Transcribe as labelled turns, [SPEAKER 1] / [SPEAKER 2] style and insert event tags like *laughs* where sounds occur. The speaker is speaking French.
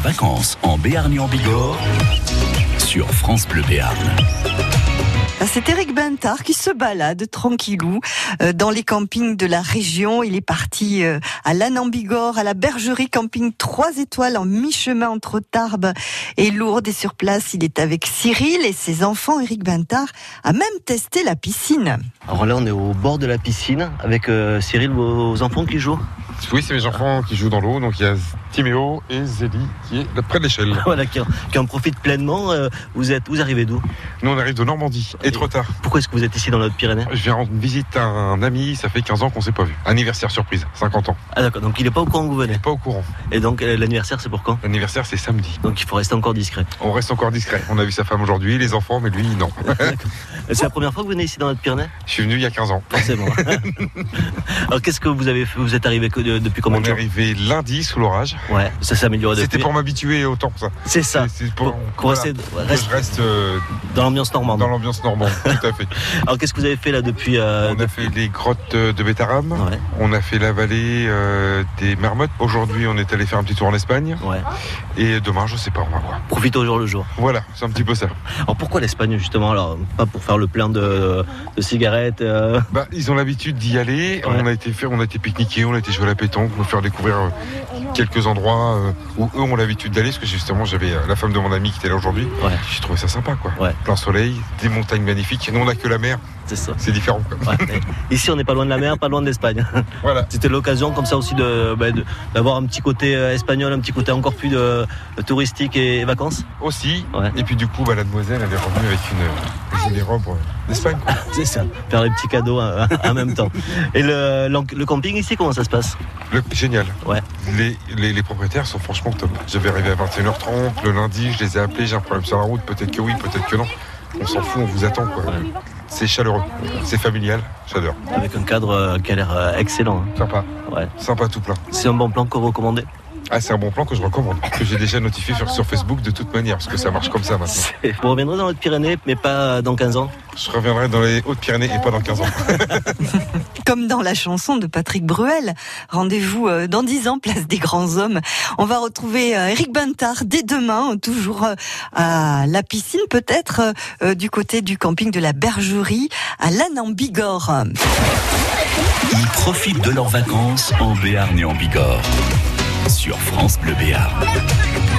[SPEAKER 1] vacances en Béarn et en Bigorre sur France Bleu Béarn.
[SPEAKER 2] Ah, C'est Eric Bintard qui se balade tranquillou euh, dans les campings de la région. Il est parti euh, à l'Anambigore, à la bergerie camping 3 étoiles en mi-chemin entre Tarbes et Lourdes. Et sur place, il est avec Cyril et ses enfants. Eric Bintard a même testé la piscine.
[SPEAKER 3] Alors là, on est au bord de la piscine avec euh, Cyril, vos enfants qui
[SPEAKER 4] *laughs*
[SPEAKER 3] jouent.
[SPEAKER 4] Oui, c'est mes enfants qui jouent dans l'eau. Donc il y a Timéo et Zélie qui est là près de l'échelle.
[SPEAKER 3] Voilà, qui en, qui en profitent pleinement. Euh, vous, êtes, vous arrivez d'où
[SPEAKER 4] Nous, on arrive de Normandie et trop tard.
[SPEAKER 3] Pourquoi est-ce que vous êtes ici dans notre Pyrénées
[SPEAKER 4] Je viens rendre visite à un ami, ça fait 15 ans qu'on s'est pas vu. Anniversaire surprise, 50 ans.
[SPEAKER 3] Ah d'accord, donc il n'est pas au courant que vous venez.
[SPEAKER 4] Pas au courant.
[SPEAKER 3] Et donc euh, l'anniversaire, c'est pour quand
[SPEAKER 4] L'anniversaire, c'est samedi.
[SPEAKER 3] Donc il faut rester encore
[SPEAKER 4] *laughs*
[SPEAKER 3] discret.
[SPEAKER 4] On reste encore discret. On a vu sa femme aujourd'hui, les enfants, mais lui, non.
[SPEAKER 3] D'accord. Euh, c'est la première fois que vous venez ici dans notre Pyrénées
[SPEAKER 4] Je suis venu il y a 15 ans.
[SPEAKER 3] Forcément.
[SPEAKER 4] *laughs*
[SPEAKER 3] Alors qu'est-ce que vous avez fait Vous êtes arrivé que- de- depuis combien
[SPEAKER 4] On
[SPEAKER 3] de
[SPEAKER 4] est
[SPEAKER 3] temps
[SPEAKER 4] arrivé lundi sous l'orage.
[SPEAKER 3] Ouais, ça s'est amélioré depuis.
[SPEAKER 4] C'était pour m'habituer au temps, ça.
[SPEAKER 3] C'est ça.
[SPEAKER 4] C'est- c'est
[SPEAKER 3] Pour, pour
[SPEAKER 4] pour- voilà,
[SPEAKER 3] rester
[SPEAKER 4] que
[SPEAKER 3] reste
[SPEAKER 4] Je reste euh,
[SPEAKER 3] dans l'ambiance normande.
[SPEAKER 4] dans l'ambiance normande, tout à fait.
[SPEAKER 3] Alors qu'est-ce que vous avez fait là depuis *laughs* euh,
[SPEAKER 4] On a fait les grottes de Bétarame,
[SPEAKER 3] Ouais,
[SPEAKER 4] on a fait la vallée euh, des Marmottes. Aujourd'hui, on est allé faire un petit tour en Espagne.
[SPEAKER 3] ouais.
[SPEAKER 4] Et demain, je sais pas, on va voir.
[SPEAKER 3] Profitez au jour le jour.
[SPEAKER 4] Voilà, c'est un petit peu ça.
[SPEAKER 3] Alors pourquoi l'Espagne justement Alors pas pour faire le plein de, de cigarettes. euh, *laughs*
[SPEAKER 4] Bah, ils ont l'habitude d'y aller.
[SPEAKER 3] Ouais.
[SPEAKER 4] On a été faire, on a été pique-niquer, on a été jouer à la pétanque, nous faire découvrir euh, quelques endroits euh, où eux ont l'habitude d'aller. Parce que justement, j'avais euh, la femme de mon ami qui était là aujourd'hui.
[SPEAKER 3] Ouais.
[SPEAKER 4] J'ai trouvé ça sympa, quoi.
[SPEAKER 3] Ouais.
[SPEAKER 4] Plein soleil, des montagnes magnifiques. Nous, on a que la mer.
[SPEAKER 3] C'est ça.
[SPEAKER 4] C'est différent, quoi.
[SPEAKER 3] Ouais. Ici on n'est pas loin de la mer, pas loin de l'Espagne. *laughs*
[SPEAKER 4] Voilà.
[SPEAKER 3] C'était l'occasion comme ça aussi de, bah, de- d'avoir un petit côté euh, espagnol, un petit côté encore plus de, de touristique et, et vacances. *laughs*
[SPEAKER 4] Aussi.
[SPEAKER 3] Ouais.
[SPEAKER 4] Et puis, du coup, bah, la demoiselle, elle est revenue avec une, euh, une des robes euh, d'Espagne, quoi.
[SPEAKER 3] C'est ça. Faire les petits cadeaux euh, *laughs* en même temps. Et le, l'en- le camping ici comment ça se passe
[SPEAKER 4] Le- génial.
[SPEAKER 3] Ouais.
[SPEAKER 4] Les, les- les propriétaires sont franchement top. J'avais arrivé à 21h30, le lundi, je les ai appelés, j'ai un problème sur la route, peut-être que oui, peut-être que non. On s'en fout, on vous attend quoi. C'est chaleureux, c'est familial, j'adore.
[SPEAKER 3] Avec un cadre euh, qui a l'air euh, excellent. hein.
[SPEAKER 4] Sympa,
[SPEAKER 3] Ouais.
[SPEAKER 4] sympa tout plein.
[SPEAKER 3] C'est un bon plan que vous recommandez.
[SPEAKER 4] Ah, c'est un bon plan que je recommande, que j'ai déjà notifié sur, sur Facebook de toute manière, parce que ça marche comme ça maintenant.
[SPEAKER 3] *laughs* Vous reviendrez dans notre Pyrénées, mais pas dans 15 ans.
[SPEAKER 4] Je reviendrai dans les Hautes-Pyrénées et pas dans 15 ans.
[SPEAKER 2] Comme dans la chanson de Patrick Bruel. Rendez-vous euh, dans 10 ans, place des grands hommes. On va retrouver euh, Eric Bintard dès demain, euh, toujours euh, à la piscine, peut-être euh, euh, du côté du camping de la Bergerie à Lannes-en-Bigorre.
[SPEAKER 1] Ils profitent de leurs vacances en Béarn et en Bigorre sur France Bleu Béarn.